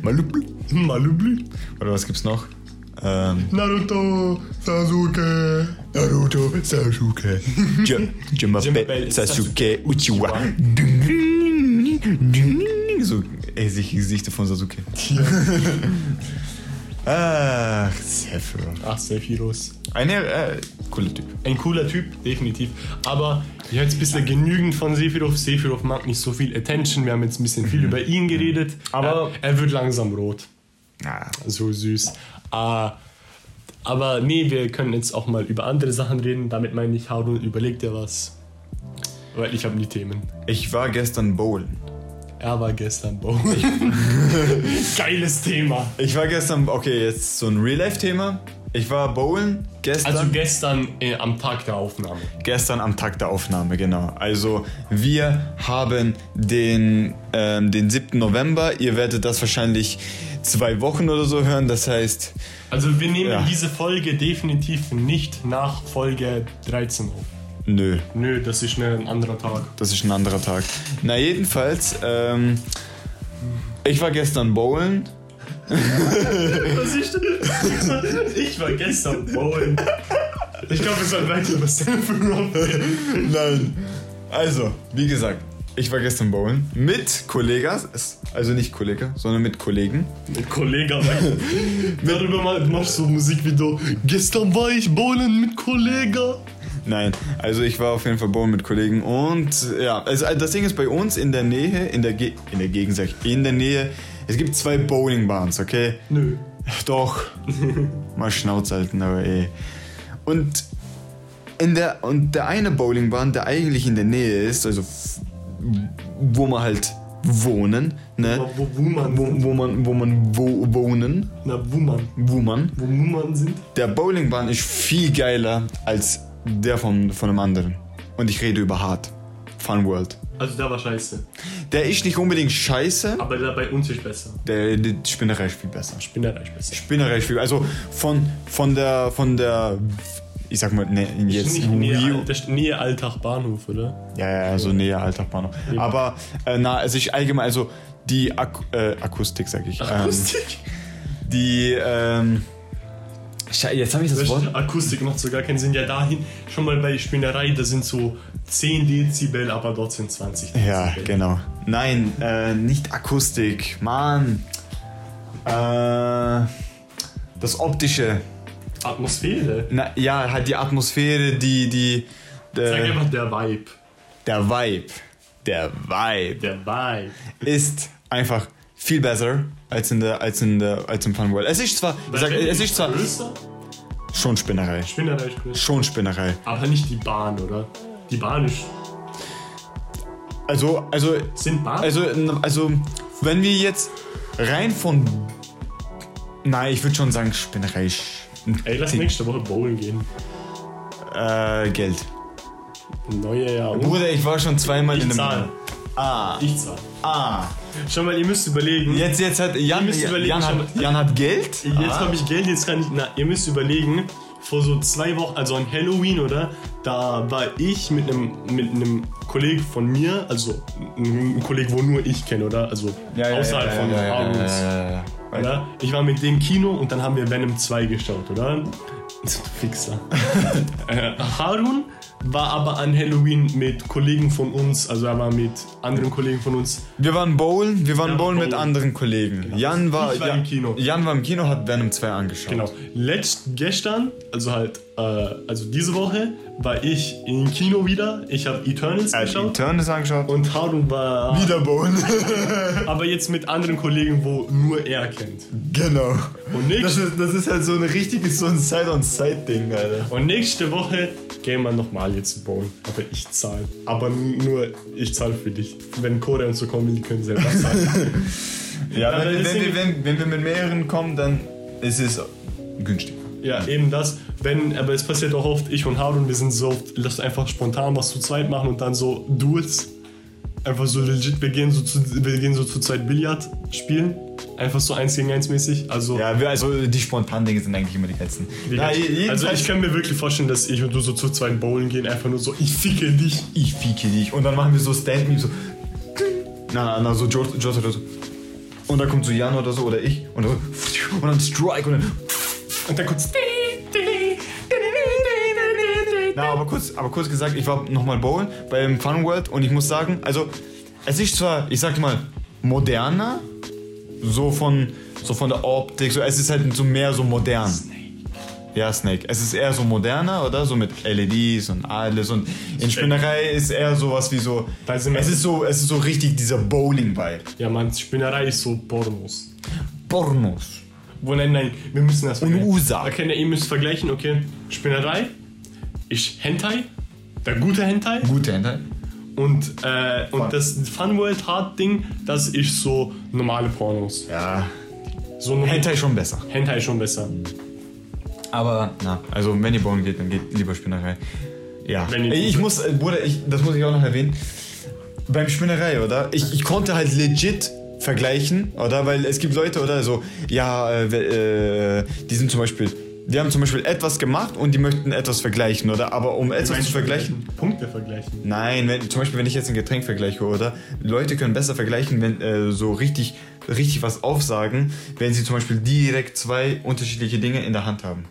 [SPEAKER 2] Malubli.
[SPEAKER 1] Malubli.
[SPEAKER 2] Oder was gibt's noch? Ähm,
[SPEAKER 1] Naruto, Sasuke, Naruto, Sasuke.
[SPEAKER 2] J- Jimabe,
[SPEAKER 1] Jimabe, Sasuke,
[SPEAKER 2] Sasuke, Uchiwa.
[SPEAKER 1] Uchiwa.
[SPEAKER 2] So, ey, sich Gesichter von Sasuke. Ach, Sephiroth.
[SPEAKER 1] Ach, Sephiroth.
[SPEAKER 2] Ein äh, cooler Typ.
[SPEAKER 1] Ein cooler Typ, definitiv. Aber ich habe jetzt ein bisschen genügend von Sephiroth. Sephiroth mag nicht so viel Attention. Wir haben jetzt ein bisschen viel über ihn geredet.
[SPEAKER 2] Mhm. Aber-
[SPEAKER 1] er, er wird langsam rot.
[SPEAKER 2] Ah,
[SPEAKER 1] So süß. Ah, aber nee, wir können jetzt auch mal über andere Sachen reden. Damit meine ich, Harun, überleg dir was. Weil ich habe nie Themen.
[SPEAKER 2] Ich war gestern bowlen.
[SPEAKER 1] Er war gestern Bo. Geiles Thema.
[SPEAKER 2] Ich war gestern, okay, jetzt so ein Real-Life-Thema. Ich war bowlen gestern.
[SPEAKER 1] Also gestern äh, am Tag der Aufnahme.
[SPEAKER 2] Gestern am Tag der Aufnahme, genau. Also wir haben den, ähm, den 7. November. Ihr werdet das wahrscheinlich zwei Wochen oder so hören. Das heißt,
[SPEAKER 1] Also wir nehmen
[SPEAKER 2] Ja.
[SPEAKER 1] diese Folge definitiv nicht nach Folge 13 auf.
[SPEAKER 2] nö,
[SPEAKER 1] Nö, das ist schnell ein anderer Tag.
[SPEAKER 2] das ist ein anderer Tag. Na jedenfalls, ähm, ich war gestern bowlen
[SPEAKER 1] Was ist das? Ich war gestern bowlen. Ich glaube, wir sollten weiter über Stanford Rob
[SPEAKER 2] Nein. Also, wie gesagt, ich war gestern bowlen mit Kollegas, also nicht Kollege, sondern mit Kollegen.
[SPEAKER 1] Mit Kollegen. Darüber mal- machst du ein Musikvideo. Gestern war ich bowlen mit Kollegen.
[SPEAKER 2] Nein, also ich war auf jeden Fall bowlen mit Kollegen und ja, also das Ding ist bei uns in der Nähe, in der, Ge in der Gegend, sag ich, in der Nähe, es gibt zwei Bowlingbahns, okay?
[SPEAKER 1] Nö.
[SPEAKER 2] Doch. Mal Schnauz halten, aber eh. Und, in der, und der eine Bowlingbahn, der eigentlich in der Nähe ist, also f- wo man halt wohnen, ne?
[SPEAKER 1] Wo, wo man
[SPEAKER 2] Wo, wo man, wo man wo, wohnen,
[SPEAKER 1] Na, wo man.
[SPEAKER 2] wo man.
[SPEAKER 1] Wo man sind.
[SPEAKER 2] Der Bowlingbahn ist viel geiler als der von, von einem anderen. Und ich rede über Hard. Fun World.
[SPEAKER 1] Also da war scheiße.
[SPEAKER 2] Der ist nicht unbedingt scheiße,
[SPEAKER 1] Aber da bei uns ist besser.
[SPEAKER 2] der, der Spinnerei ist viel besser.
[SPEAKER 1] Ich bin da reich besser.
[SPEAKER 2] Spinnerei viel. Also von, von der, von der, ich sag mal, ne, jetzt
[SPEAKER 1] Nicht
[SPEAKER 2] Wii U-
[SPEAKER 1] näher, das ist näher Alltag Bahnhof, oder?
[SPEAKER 2] Ja, ja, ja, so näher Alltagbahnhof. Aber, äh, na, es ist allgemein, also die Ak äh, Akustik, sag ich. Ähm,
[SPEAKER 1] Akustik.
[SPEAKER 2] die, ähm, Schei- jetzt habe ich das Wort.
[SPEAKER 1] Akustik macht so gar keinen Sinn. Ja, dahin, schon mal bei Spinnerei, da sind so 10 Dezibel, aber dort sind 20 Dezibel.
[SPEAKER 2] Ja, genau. Nein, äh, nicht Akustik, Mann. Äh, das Optische.
[SPEAKER 1] Atmosphäre.
[SPEAKER 2] Na, ja, halt die Atmosphäre, die, die,
[SPEAKER 1] Sag
[SPEAKER 2] der,
[SPEAKER 1] einfach der Vibe.
[SPEAKER 2] der Vibe. Der Vibe
[SPEAKER 1] Der Vibe.
[SPEAKER 2] ist einfach viel besser als in der, als in der, als im Fun World. Es ist zwar, ich sag, es ist zwar
[SPEAKER 1] größer.
[SPEAKER 2] schon Spinnerei.
[SPEAKER 1] Spinnerei ist größer.
[SPEAKER 2] Schon Spinnerei.
[SPEAKER 1] Aber nicht die Bahn, oder? Die Bahn ist.
[SPEAKER 2] Also, also
[SPEAKER 1] Sind Bahn?
[SPEAKER 2] Also, n- also, wenn wir jetzt rein von. Nein, ich würde schon sagen, Spinnerei. ist ein
[SPEAKER 1] Ey, lass
[SPEAKER 2] Tick-
[SPEAKER 1] nächste Woche bowlen gehen.
[SPEAKER 2] Äh, Geld.
[SPEAKER 1] Neue Jahr.
[SPEAKER 2] Bruder, ich war schon zweimal
[SPEAKER 1] Ich
[SPEAKER 2] in einem.
[SPEAKER 1] zahl.
[SPEAKER 2] Ah,
[SPEAKER 1] Ich zahl.
[SPEAKER 2] ah.
[SPEAKER 1] Schau mal, ihr müsst überlegen.
[SPEAKER 2] Jetzt, jetzt hat Jan,
[SPEAKER 1] Ihr müsst überlegen,
[SPEAKER 2] Jan,
[SPEAKER 1] schon
[SPEAKER 2] hat, Jan hat Geld.
[SPEAKER 1] Jetzt
[SPEAKER 2] ah.
[SPEAKER 1] habe ich Geld, jetzt kann ich. Na, ihr müsst überlegen, vor so zwei Wochen, also an Halloween, oder? Da war ich mit einem mit einem Kollegen von mir, also ein Kollegen, wo nur ich kenne, oder? Also
[SPEAKER 2] Ja, ja,
[SPEAKER 1] außerhalb
[SPEAKER 2] ja,
[SPEAKER 1] von
[SPEAKER 2] ja, ja,
[SPEAKER 1] Aarhus.
[SPEAKER 2] ja, ja, ja, ja.
[SPEAKER 1] Oder? Ich war mit dem im Kino und dann haben wir Venom 2 geschaut, oder? Du Fixer. äh, Harun war aber an Halloween mit Kollegen von uns, also er war mit anderen Kollegen von uns.
[SPEAKER 2] Wir waren bowlen, wir waren
[SPEAKER 1] Ja,
[SPEAKER 2] bowlen
[SPEAKER 1] bowlen.
[SPEAKER 2] mit
[SPEAKER 1] Genau.
[SPEAKER 2] anderen Kollegen. Jan war,
[SPEAKER 1] Ich war
[SPEAKER 2] Jan,
[SPEAKER 1] im Kino.
[SPEAKER 2] Jan war im Kino, hat Venom 2 angeschaut.
[SPEAKER 1] Genau. Letzt gestern, also halt, äh, also diese Woche, war ich im Kino wieder. Ich habe Eternals
[SPEAKER 2] Er hat
[SPEAKER 1] geschaut.
[SPEAKER 2] Eternals angeschaut.
[SPEAKER 1] und Harun war
[SPEAKER 2] wieder bowlen.
[SPEAKER 1] aber jetzt mit anderen Kollegen, wo nur er kennt.
[SPEAKER 2] genau.
[SPEAKER 1] Und nächste,
[SPEAKER 2] Das ist, das ist halt so ein richtiges, so ein Side-on-Side-Ding, Alter.
[SPEAKER 1] und nächste Woche gehen wir nochmal jetzt bauen. Aber ich zahle. Aber nur ich zahle für dich. Wenn Kore und so kommen, die können selber zahlen.
[SPEAKER 2] Ja,
[SPEAKER 1] Ja,
[SPEAKER 2] wenn,
[SPEAKER 1] dann
[SPEAKER 2] wir-
[SPEAKER 1] ist
[SPEAKER 2] wenn,
[SPEAKER 1] ja-
[SPEAKER 2] wir, wenn, wenn wir mit mehreren kommen, dann ist es günstig.
[SPEAKER 1] ja, eben das. Wenn, aber es passiert auch oft, ich und Harun, wir sind so oft, lass einfach spontan was zu zweit machen und dann so Duels. Einfach so legit, wir gehen so zu, wir gehen so zu zweit Billard spielen. Einfach so eins gegen eins mäßig. Also,
[SPEAKER 2] Ja, wir, also die spontanen Dinge sind eigentlich immer die letzten. Na, je- jedenfalls-
[SPEAKER 1] also ich kann mir wirklich vorstellen, dass ich und du so zu zweit bowlen gehen, einfach nur so, ich ficke dich.
[SPEAKER 2] ich fieke dich. Und dann machen wir so Stand-Up, so. Na, na, na, so Joe Joe oder so. Und dann kommt so Jan oder so oder ich. Und dann, so, und dann Strike und dann.
[SPEAKER 1] Und dann kurz.
[SPEAKER 2] Na, aber kurz, aber kurz gesagt, ich war nochmal bowlen beim Fun World und ich muss sagen, also es ist zwar, ich sag mal, moderner, so von, so von der Optik, so, es ist halt so mehr so modern. Ja, Snake. Es ist eher so moderner, oder? So mit LEDs und alles. Und in Spinnerei ist eher sowas wie so.
[SPEAKER 1] Da sind wir-
[SPEAKER 2] Es ist so, es ist so richtig dieser Bowling-Vibe.
[SPEAKER 1] Ja, Mann, Spinnerei ist so Pornos.
[SPEAKER 2] Pornos.
[SPEAKER 1] Wo, nein, nein, wir müssen das
[SPEAKER 2] Und
[SPEAKER 1] vergleichen.
[SPEAKER 2] USA.
[SPEAKER 1] Okay, ne, ihr müsst vergleichen, okay. Spinnerei ist Hentai, der gute Hentai.
[SPEAKER 2] Gute Hände.
[SPEAKER 1] Und, äh, und das Fun World Hard Ding, das ist so normale Pornos.
[SPEAKER 2] Ja.
[SPEAKER 1] So norm-
[SPEAKER 2] Hentai schon besser.
[SPEAKER 1] Hentai ist schon besser.
[SPEAKER 2] Aber, na, also wenn ihr bowlen geht, dann geht lieber Spinnerei. Ja.
[SPEAKER 1] Wenn ihr-
[SPEAKER 2] Ey, ich muss, äh, Bruder, ich, das muss ich auch noch erwähnen. Beim Spinnerei, oder? Ich, ich konnte halt legit vergleichen, oder? Weil es gibt Leute, oder? So, ja, äh, we- äh, die sind zum Beispiel Die haben zum Beispiel etwas gemacht und die möchten etwas vergleichen, oder? Aber um etwas zu vergleichen.
[SPEAKER 1] Punkte vergleichen.
[SPEAKER 2] Nein, wenn, zum Beispiel, wenn ich jetzt ein Getränk vergleiche, oder? Leute können besser vergleichen, wenn äh, so richtig, richtig was aufsagen, wenn sie zum Beispiel direkt zwei unterschiedliche Dinge in der Hand haben.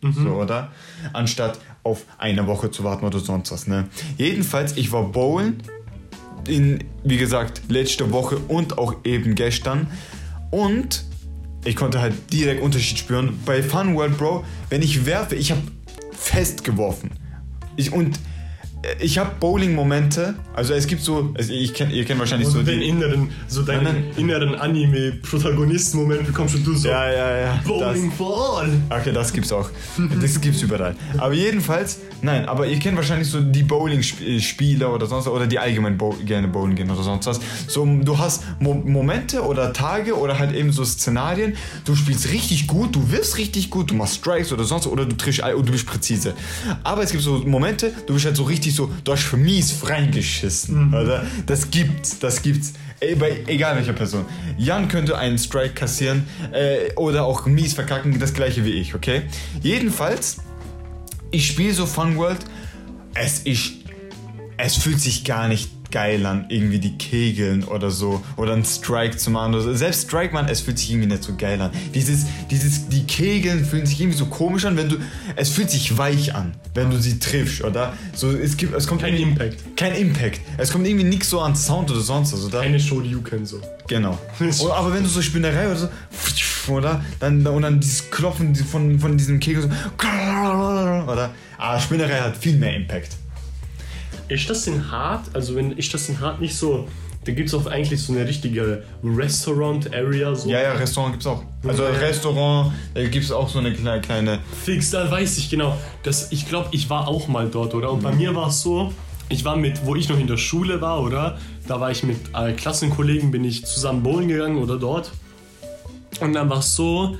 [SPEAKER 1] Mhm.
[SPEAKER 2] So, oder? Anstatt auf eine Woche zu warten oder sonst was, ne? Jedenfalls, ich war bowlen in, wie gesagt, letzte Woche und auch eben gestern. Und ich konnte halt direkt Unterschied spüren. Bei Fun World, Bro, wenn ich werfe, ich habe fest geworfen. Ich, und äh, ich habe Bowling-Momente. Also es gibt so, also ich kenn, ihr kennt wahrscheinlich
[SPEAKER 1] Und
[SPEAKER 2] so
[SPEAKER 1] den
[SPEAKER 2] die...
[SPEAKER 1] inneren, so deinen
[SPEAKER 2] Nein, nein.
[SPEAKER 1] inneren Anime-Protagonisten-Moment bekommst schon du so.
[SPEAKER 2] Ja, ja, ja. das-
[SPEAKER 1] Bowling for all.
[SPEAKER 2] Okay, das gibt's auch. Das gibt's überall. Aber jedenfalls, nein, aber ihr kennt wahrscheinlich so die Bowling-Spieler oder sonst was, oder die allgemein bow gerne bowlen gehen oder sonst was. So, du hast Mo Momente oder Tage oder halt eben so Szenarien, du spielst richtig gut, du wirfst richtig gut, du machst Strikes oder sonst was, oder du triffst, all- und du bist präzise. Aber es gibt so Momente, du bist halt so richtig so, du hast mies reingeschissen, oder? Das gibt's, das gibt's. Ey, bei egal welcher Person. Jan könnte einen Strike kassieren äh, oder auch mies verkacken, das gleiche wie ich, okay? Jedenfalls, ich spiele so Fun World. Es ist. Es fühlt sich gar nicht geil an, irgendwie die Kegeln oder so. Oder einen Strike zu machen. Oder so. Selbst Strike, man, es fühlt sich irgendwie nicht so geil an. Dieses, dieses, die Kegeln fühlen sich irgendwie so komisch an, wenn du. Es fühlt sich weich an, wenn du sie triffst, oder? So, es gibt, es kommt
[SPEAKER 1] Kein
[SPEAKER 2] irgendwie-
[SPEAKER 1] Impact.
[SPEAKER 2] Kein Impact. Es kommt irgendwie nichts so an Sound oder sonst was, oder?
[SPEAKER 1] Eine Show, die you can so.
[SPEAKER 2] Genau. Und, aber wenn du so Spinnerei oder so, oder? Dann, und dann dieses Klopfen von, von diesem Kegel so, oder? Ah, Spinnerei hat viel mehr Impact.
[SPEAKER 1] Ist das in Hart, also wenn ist das in Hart nicht so, da gibt es auch eigentlich so eine richtige Restaurant-Area, so
[SPEAKER 2] Ja, ja, Restaurant gibt's auch. Also
[SPEAKER 1] Ja, ja.
[SPEAKER 2] Restaurant, da gibt's auch so eine kleine, kleine
[SPEAKER 1] fix, da weiß ich genau. Das, ich glaube, ich war auch mal dort, oder? Und bei
[SPEAKER 2] Mhm.
[SPEAKER 1] mir war es so, ich war mit, wo ich noch in der Schule war, oder? Da war ich mit äh, Klassenkollegen, bin ich zusammen bowlen gegangen oder dort. Und dann war es so,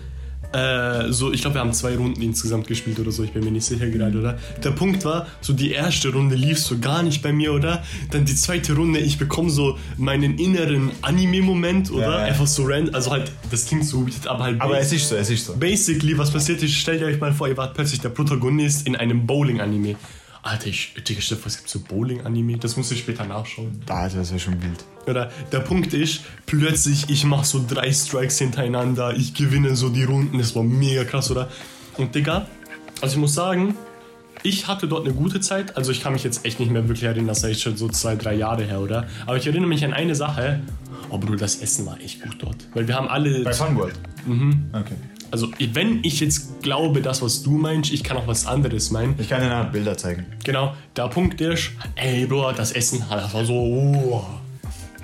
[SPEAKER 1] äh, so, ich glaube, wir haben zwei Runden insgesamt gespielt oder so, ich bin mir nicht sicher gerade, oder? Der Punkt war, so die erste Runde lief so gar nicht bei mir, oder? Dann die zweite Runde, ich bekomme so meinen inneren Anime-Moment, oder?
[SPEAKER 2] Ja, ja.
[SPEAKER 1] Einfach so random, also halt, das klingt so weird, aber halt
[SPEAKER 2] Aber
[SPEAKER 1] basic.
[SPEAKER 2] es ist so, es ist so.
[SPEAKER 1] Basically, was passiert ist, stellt ihr euch mal vor, ihr wart plötzlich der Protagonist in einem Bowling-Anime. Alter, ich, Digga, Steff, was gibt's so Bowling-Anime? Das musst du später nachschauen.
[SPEAKER 2] Alter, das wäre schon wild.
[SPEAKER 1] Oder der Punkt ist, plötzlich, ich mach so drei Strikes hintereinander, ich gewinne so die Runden, das war mega krass, oder? Und Digga, also ich muss sagen, ich hatte dort eine gute Zeit, also ich kann mich jetzt echt nicht mehr wirklich erinnern, das ist schon so zwei, drei Jahre her, oder? Aber ich erinnere mich an eine Sache, oh Bruder, das Essen war echt gut dort. Weil wir haben alle
[SPEAKER 2] Bei Fun World. Mhm. Okay.
[SPEAKER 1] also, wenn ich jetzt glaube, das, was du meinst, ich kann auch was anderes meinen.
[SPEAKER 2] Ich kann dir nachher Bilder zeigen.
[SPEAKER 1] Genau, der Punkt ist, ey, Bro, das Essen, das war so. Oh,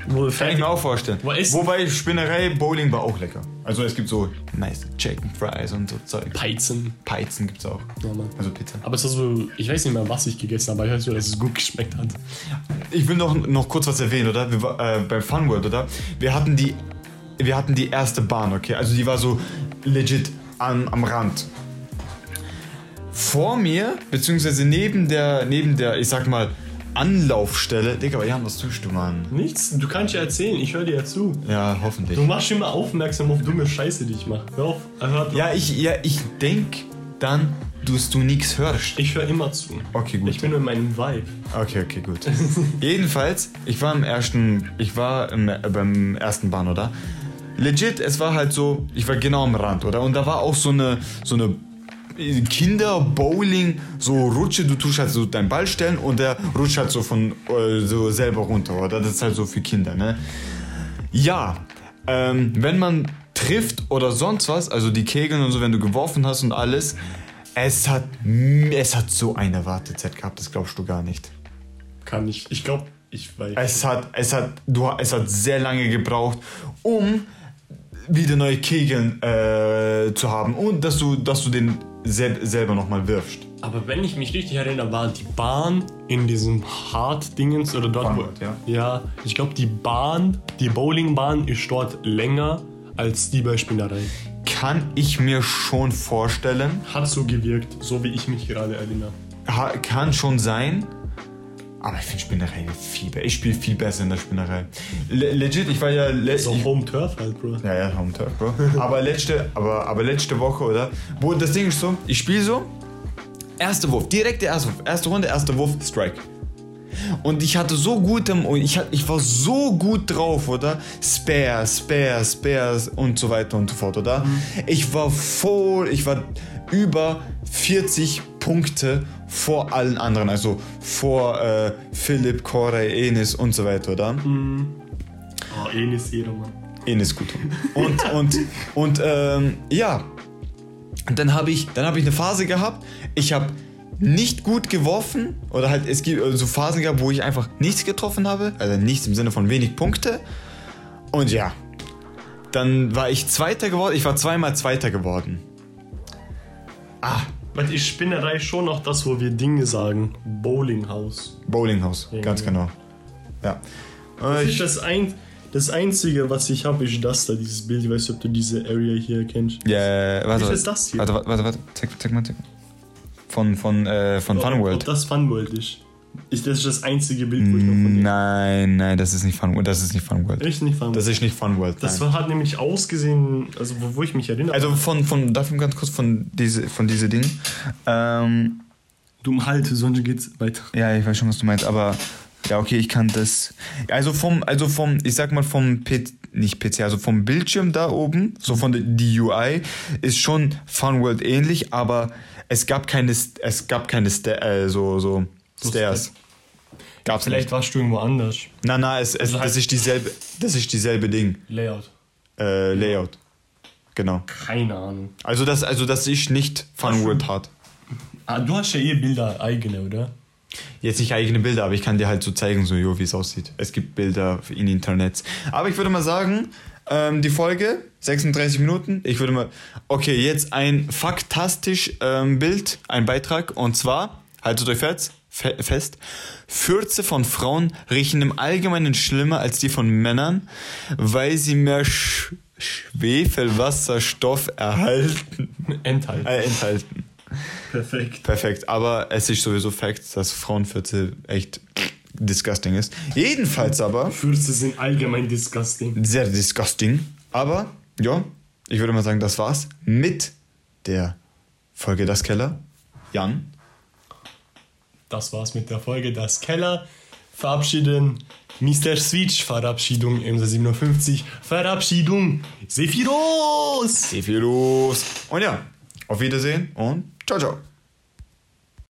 [SPEAKER 1] Wo
[SPEAKER 2] Kann ich
[SPEAKER 1] fertig-
[SPEAKER 2] mir auch Genau, vorstellen.
[SPEAKER 1] Wo ist-
[SPEAKER 2] Wobei Spinnerei, Bowling war auch lecker. Also es gibt so nice Chicken Fries und so Zeug.
[SPEAKER 1] Peizen.
[SPEAKER 2] Peizen gibt's auch.
[SPEAKER 1] Ja, Mann.
[SPEAKER 2] Also Pizza.
[SPEAKER 1] Aber es war so, ich weiß nicht mehr, was ich gegessen habe, aber ich weiß nur, dass es gut geschmeckt hat.
[SPEAKER 2] Ich will noch, noch kurz was erwähnen, oder? Wir, war- äh, beim Fun World, oder? Wir hatten die, wir hatten die erste Bahn, okay? Also die war so legit am, am Rand. Vor mir, beziehungsweise neben der, neben der, ich sag mal, Anlaufstelle. Digga, aber Jan, was tust du, Mann?
[SPEAKER 1] Nichts, du kannst ja erzählen, ich höre dir ja zu.
[SPEAKER 2] Ja, hoffentlich.
[SPEAKER 1] Du machst immer aufmerksam auf dumme Scheiße, die ich mache. Hör auf, hör
[SPEAKER 2] Ja, ich, ja, ich denk dann, dass du nix hörst.
[SPEAKER 1] Ich höre immer zu.
[SPEAKER 2] Okay, gut.
[SPEAKER 1] Ich bin nur in meinem Vibe.
[SPEAKER 2] Okay, okay, gut. Jedenfalls, ich war im ersten, ich war im, äh, beim ersten Bahn, oder? Legit, es war halt so, ich war genau am Rand, oder? Und da war auch so eine, so eine Kinder-Bowling, so Rutsche, du tust halt so deinen Ball stellen und der rutscht halt so von, äh, so selber runter, oder? Das ist halt so für Kinder, ne? Ja, ähm, wenn man trifft oder sonst was, also die Kegeln und so, wenn du geworfen hast und alles, es hat, es hat so eine Wartezeit gehabt, das glaubst du gar nicht.
[SPEAKER 1] Kann ich. Ich glaube, ich weiß.
[SPEAKER 2] Es hat, es hat, du, es hat sehr lange gebraucht, um wieder neue Kegeln äh, zu haben und dass du, dass du den sel selber nochmal wirfst.
[SPEAKER 1] Aber wenn ich mich richtig erinnere, war die Bahn in diesem Hard-Dingens oder dort.
[SPEAKER 2] Bahnhof, ja.
[SPEAKER 1] ja, ich glaube, die Bahn, die Bowlingbahn ist dort länger als die bei Spinnerei.
[SPEAKER 2] Kann ich mir schon vorstellen,
[SPEAKER 1] Hat so gewirkt, so wie ich mich gerade erinnere.
[SPEAKER 2] ha kann schon sein, Aber ich finde Spinnerei viel besser. Ich spiele viel besser in der Spinnerei. Le legit, ich war ja. Le
[SPEAKER 1] So
[SPEAKER 2] ich,
[SPEAKER 1] Home Turf halt, Bro.
[SPEAKER 2] ja, ja, Home Turf, Bro. Aber letzte, aber, aber letzte Woche, oder? Wo, das Ding ist so, ich spiele so, erster Wurf, direkt der erste Wurf, erste Runde, erster Wurf, Strike. Und ich hatte so gut, im- und ich, hat- ich war so gut drauf, oder? Spare, Spare, Spare und so weiter und so fort, oder? Ich war voll, ich war über 40 Punkte vor allen anderen, also vor äh, Philipp, Corey, Enis und so weiter, oder?
[SPEAKER 1] Oh, Enis jeder, Mann.
[SPEAKER 2] Ines Guto. Und, und, und ähm, ja, Und dann habe ich, dann hab ich eine Phase gehabt, ich habe nicht gut geworfen oder halt es gibt äh, so Phasen gehabt, wo ich einfach nichts getroffen habe, also nichts im Sinne von wenig Punkte. Und ja, dann war ich Zweiter geworden, ich war zweimal Zweiter geworden.
[SPEAKER 1] Weil ich Spinnerei schon noch das, wo wir Dinge sagen. Bowlinghaus.
[SPEAKER 2] Bowlinghaus, ganz genau. Ja. Äh,
[SPEAKER 1] Ich
[SPEAKER 2] ich,
[SPEAKER 1] das, ein, das Einzige, was ich habe, ist das da, dieses Bild. Ich weiß nicht, ob du diese Area hier kennst.
[SPEAKER 2] ja, warte,
[SPEAKER 1] Wie ist das hier?
[SPEAKER 2] Warte, warte, warte, warte, zeig, zeig mal, zeig mal. Von, von, äh, von Fun
[SPEAKER 1] Ob-
[SPEAKER 2] World.
[SPEAKER 1] Ob das Funworld ist. Ich, das ist das einzige Bild, wo ich noch von dir...
[SPEAKER 2] Nein, nein, das ist nicht Fun World. Das ist nicht Fun World.
[SPEAKER 1] Echt nicht Funworld.
[SPEAKER 2] Das
[SPEAKER 1] Das,
[SPEAKER 2] ist nicht Fun World.
[SPEAKER 1] das
[SPEAKER 2] nein.
[SPEAKER 1] war, hat nämlich ausgesehen, also wo, wo ich mich erinnere.
[SPEAKER 2] also von, von, darf ich ganz kurz von diese, von diese Ding. Ähm,
[SPEAKER 1] dumm halt, sonst geht's weiter.
[SPEAKER 2] ja, ich weiß schon, was du meinst, aber ja, okay, ich kann das. Also vom, also vom, ich sag mal vom P nicht PC, also vom Bildschirm da oben, so von der die UI ist schon Fun World ähnlich, aber es gab keine, St- es gab keine Sta äh, so so Stairs. Gab's
[SPEAKER 1] Vielleicht
[SPEAKER 2] nicht.
[SPEAKER 1] warst du irgendwo anders.
[SPEAKER 2] Na na, es, es
[SPEAKER 1] Also halt-
[SPEAKER 2] das ist dieselbe, das ist dieselbe Ding.
[SPEAKER 1] Layout.
[SPEAKER 2] äh, Layout. Genau.
[SPEAKER 1] Keine Ahnung.
[SPEAKER 2] Also dass also das ich nicht Fun World hat.
[SPEAKER 1] Ah, du hast ja eh Bilder eigene, oder?
[SPEAKER 2] Jetzt nicht eigene Bilder, aber ich kann dir halt so zeigen, so jo, wie es aussieht. Es gibt Bilder in Internet. Aber ich würde mal sagen, ähm, die Folge 36 Minuten. Ich würde mal, okay, jetzt ein faktastisch ähm, Bild, ein Beitrag und zwar haltet euch fest, fe fest. Fürze von Frauen riechen im Allgemeinen schlimmer als die von Männern, weil sie mehr Sch Schwefelwasserstoff erhalten.
[SPEAKER 1] Endhalt.
[SPEAKER 2] äh, enthalten.
[SPEAKER 1] Perfekt.
[SPEAKER 2] Perfekt, aber es ist sowieso Fact, dass Frauenviertel echt disgusting ist. Jedenfalls aber,
[SPEAKER 1] Fürste sind allgemein disgusting.
[SPEAKER 2] sehr disgusting, aber ja, ich würde mal sagen, das war's mit der Folge Das Keller. Jan,
[SPEAKER 1] Das war's mit der Folge. Das Keller verabschieden. Mr. Switch, Verabschiedung, MC57, Verabschiedung, Sephiros!
[SPEAKER 2] Sephiros. Und ja, auf Wiedersehen und ciao, ciao.